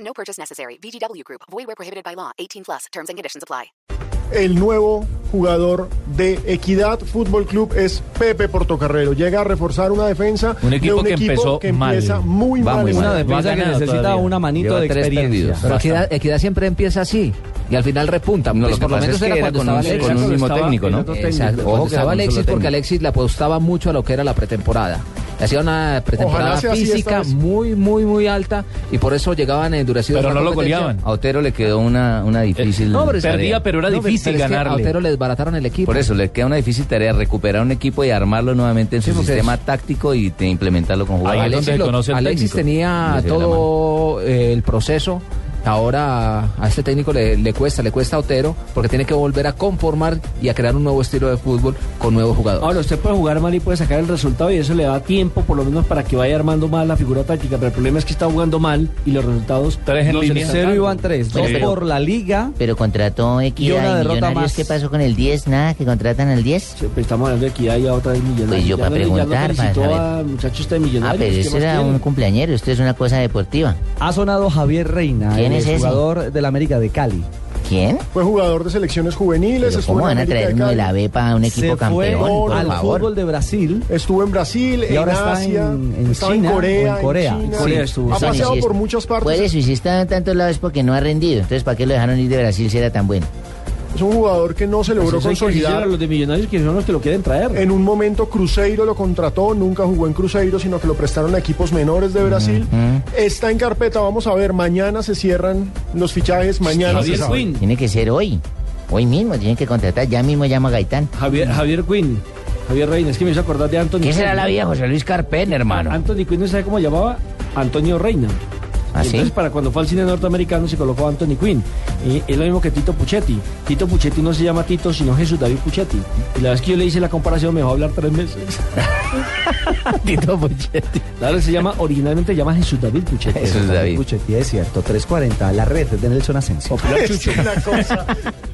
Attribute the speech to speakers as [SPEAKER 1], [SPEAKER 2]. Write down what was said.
[SPEAKER 1] No purchase necessary. VGW Group. Void where prohibited by law. 18 plus. Terms and conditions apply.
[SPEAKER 2] El nuevo jugador de Equidad Fútbol Club es Pepe Portocarrero. Llega a reforzar una defensa
[SPEAKER 3] Un equipo
[SPEAKER 2] de un
[SPEAKER 3] que
[SPEAKER 2] equipo
[SPEAKER 3] empezó
[SPEAKER 2] que empieza
[SPEAKER 3] mal.
[SPEAKER 2] muy
[SPEAKER 3] Va
[SPEAKER 2] mal.
[SPEAKER 3] muy
[SPEAKER 2] esta
[SPEAKER 3] mal.
[SPEAKER 4] Una defensa que
[SPEAKER 3] ganado
[SPEAKER 4] necesita
[SPEAKER 3] todavía.
[SPEAKER 4] una manito
[SPEAKER 3] Lleva
[SPEAKER 4] de
[SPEAKER 3] tres
[SPEAKER 4] experiencia.
[SPEAKER 3] perdidos.
[SPEAKER 5] Pero equidad, Equidad siempre empieza así y al final repunta.
[SPEAKER 3] No,
[SPEAKER 5] pues
[SPEAKER 3] lo que
[SPEAKER 5] por lo
[SPEAKER 3] pasa
[SPEAKER 5] menos
[SPEAKER 3] es que
[SPEAKER 5] era
[SPEAKER 3] era
[SPEAKER 5] cuando
[SPEAKER 3] con
[SPEAKER 5] estaba
[SPEAKER 3] un-
[SPEAKER 5] Alexis.
[SPEAKER 3] con un mismo
[SPEAKER 4] Estaba-
[SPEAKER 3] técnico, ¿no?
[SPEAKER 4] era
[SPEAKER 5] Exacto,
[SPEAKER 3] Cuando
[SPEAKER 5] Ojo que
[SPEAKER 3] estaba
[SPEAKER 5] estaba
[SPEAKER 3] con un
[SPEAKER 5] Alexis
[SPEAKER 3] solo
[SPEAKER 5] porque
[SPEAKER 3] técnico.
[SPEAKER 5] Alexis le apostaba mucho a lo que era la pretemporada. Le hacía una
[SPEAKER 2] Ojalá
[SPEAKER 5] pretemporada
[SPEAKER 2] sea así esta
[SPEAKER 5] física
[SPEAKER 2] vez.
[SPEAKER 5] muy, muy, muy alta y por eso llegaban endurecidos.
[SPEAKER 3] Pero
[SPEAKER 5] a la
[SPEAKER 3] no lo
[SPEAKER 5] competencia.
[SPEAKER 3] goleaban. Eh,
[SPEAKER 5] No,
[SPEAKER 4] A Otero le quedó una, una difícil.
[SPEAKER 3] no, pero
[SPEAKER 4] tarea.
[SPEAKER 3] perdía, pero era
[SPEAKER 5] pero-
[SPEAKER 3] difícil
[SPEAKER 5] pero es que
[SPEAKER 3] ganarle.
[SPEAKER 5] A Otero le desbarataron el equipo.
[SPEAKER 4] Por eso le queda una difícil tarea recuperar un equipo y armarlo nuevamente en
[SPEAKER 5] Sí,
[SPEAKER 4] su
[SPEAKER 5] porque
[SPEAKER 4] sistema táctico y te implementarlo con
[SPEAKER 3] Ahí es
[SPEAKER 4] jugadores.
[SPEAKER 3] donde se
[SPEAKER 5] Alexis, lo-
[SPEAKER 3] conoce el
[SPEAKER 5] Alexis
[SPEAKER 3] técnico.
[SPEAKER 5] tenía
[SPEAKER 4] Desde la
[SPEAKER 5] todo eh, el proceso. Ahora a este técnico le, le cuesta, le cuesta a Otero, porque tiene que volver a conformar y a crear un nuevo estilo de fútbol con nuevos jugadores.
[SPEAKER 6] Ahora, usted puede jugar mal y puede sacar el resultado y eso le da tiempo, por lo menos, para que vaya armando mal la figura táctica. Pero el problema es que está jugando mal y los resultados.
[SPEAKER 3] Tres en
[SPEAKER 6] no se le
[SPEAKER 3] línea.
[SPEAKER 6] están
[SPEAKER 3] Cero
[SPEAKER 6] dando.
[SPEAKER 3] y
[SPEAKER 4] van
[SPEAKER 3] tres, dos
[SPEAKER 4] por
[SPEAKER 5] la liga.
[SPEAKER 7] Pero contrató
[SPEAKER 5] Y una
[SPEAKER 7] Equidad y
[SPEAKER 5] derrota
[SPEAKER 7] Millonarios.
[SPEAKER 5] más.
[SPEAKER 7] ¿Qué pasó con el 10? Nada, que contratan al 10.
[SPEAKER 6] Sí, pues Estamos hablando de equidad y a otra vez millonarios.
[SPEAKER 7] Pues yo
[SPEAKER 6] Ya
[SPEAKER 7] para
[SPEAKER 6] no- ya no
[SPEAKER 7] preguntar, para
[SPEAKER 6] felicitó
[SPEAKER 7] saber.
[SPEAKER 6] a muchachos este
[SPEAKER 7] Ah,
[SPEAKER 6] millonarios.
[SPEAKER 7] pero
[SPEAKER 6] ¿qué
[SPEAKER 7] ese
[SPEAKER 6] más
[SPEAKER 7] era
[SPEAKER 6] quiere?
[SPEAKER 7] un cumpleañero. Esto es una cosa deportiva.
[SPEAKER 4] Ha sonado Javier Reina,
[SPEAKER 7] ¿Quién
[SPEAKER 4] el
[SPEAKER 7] es ese?
[SPEAKER 4] jugador del América de Cali.
[SPEAKER 7] ¿Quién?
[SPEAKER 2] Fue jugador de selecciones juveniles.
[SPEAKER 7] Pero
[SPEAKER 2] estuvo
[SPEAKER 7] ¿Cómo
[SPEAKER 2] en
[SPEAKER 7] van a
[SPEAKER 2] América
[SPEAKER 7] traer
[SPEAKER 2] de
[SPEAKER 7] uno de la
[SPEAKER 2] Cali,
[SPEAKER 7] B para un equipo
[SPEAKER 4] Se fue
[SPEAKER 7] campeón? Por
[SPEAKER 4] al
[SPEAKER 7] favor.
[SPEAKER 4] fútbol de Brasil.
[SPEAKER 2] Estuvo en Brasil,
[SPEAKER 4] Y
[SPEAKER 2] en
[SPEAKER 4] ahora está
[SPEAKER 2] Asia,
[SPEAKER 4] en- en
[SPEAKER 2] estaba
[SPEAKER 4] China
[SPEAKER 2] en
[SPEAKER 4] o
[SPEAKER 2] Corea,
[SPEAKER 4] en Corea.
[SPEAKER 2] China.
[SPEAKER 6] En Corea estuvo.
[SPEAKER 2] Ha
[SPEAKER 6] Sí,
[SPEAKER 2] paseado
[SPEAKER 7] si
[SPEAKER 2] por
[SPEAKER 7] es-
[SPEAKER 2] muchas
[SPEAKER 7] Por
[SPEAKER 2] partes.
[SPEAKER 7] eso, y si está en tantos lados es porque no ha rendido. Entonces, ¿para qué lo dejaron ir de Brasil si era tan bueno?
[SPEAKER 2] Es un jugador que no se logró
[SPEAKER 6] Pues eso hay que decirle
[SPEAKER 2] consolidar.
[SPEAKER 6] a los de millonarios que son los que lo quieren traer.
[SPEAKER 2] En un momento Cruzeiro lo contrató, nunca jugó en Cruzeiro, sino que lo prestaron a equipos menores de Brasil. Está en carpeta, vamos a ver, mañana se cierran los fichajes, mañana se
[SPEAKER 6] Javier
[SPEAKER 2] sabe.
[SPEAKER 6] Quinn.
[SPEAKER 7] Tiene que ser hoy. Hoy mismo tienen que contratar. Ya mismo llama a Gaitán.
[SPEAKER 6] Javier, Javier Quinn. Javier Reina. Es que me hizo acordar de Anthony.
[SPEAKER 4] ¿Qué será
[SPEAKER 6] Quinn.
[SPEAKER 4] la vida de José Luis Carpén, hermano?
[SPEAKER 6] Anthony Quinn no sabe cómo llamaba Antonio Reina.
[SPEAKER 7] ¿Ah, sí?
[SPEAKER 6] Entonces, para cuando fue al cine norteamericano se colocó Anthony Quinn. Eh, es lo mismo que Tito Puchetti. Tito Puchetti no se llama Tito, sino Jesús David Puchetti. Y la vez que yo le hice la comparación me dejó hablar tres meses.
[SPEAKER 4] Tito Puchetti.
[SPEAKER 6] Claro, se llama, originalmente se llama Jesús David Puchetti.
[SPEAKER 7] Eso es David.
[SPEAKER 4] Puchetti, es cierto. 340, la red de Nelson Asensio.
[SPEAKER 6] Popular
[SPEAKER 2] Es
[SPEAKER 6] Chucho.
[SPEAKER 2] una cosa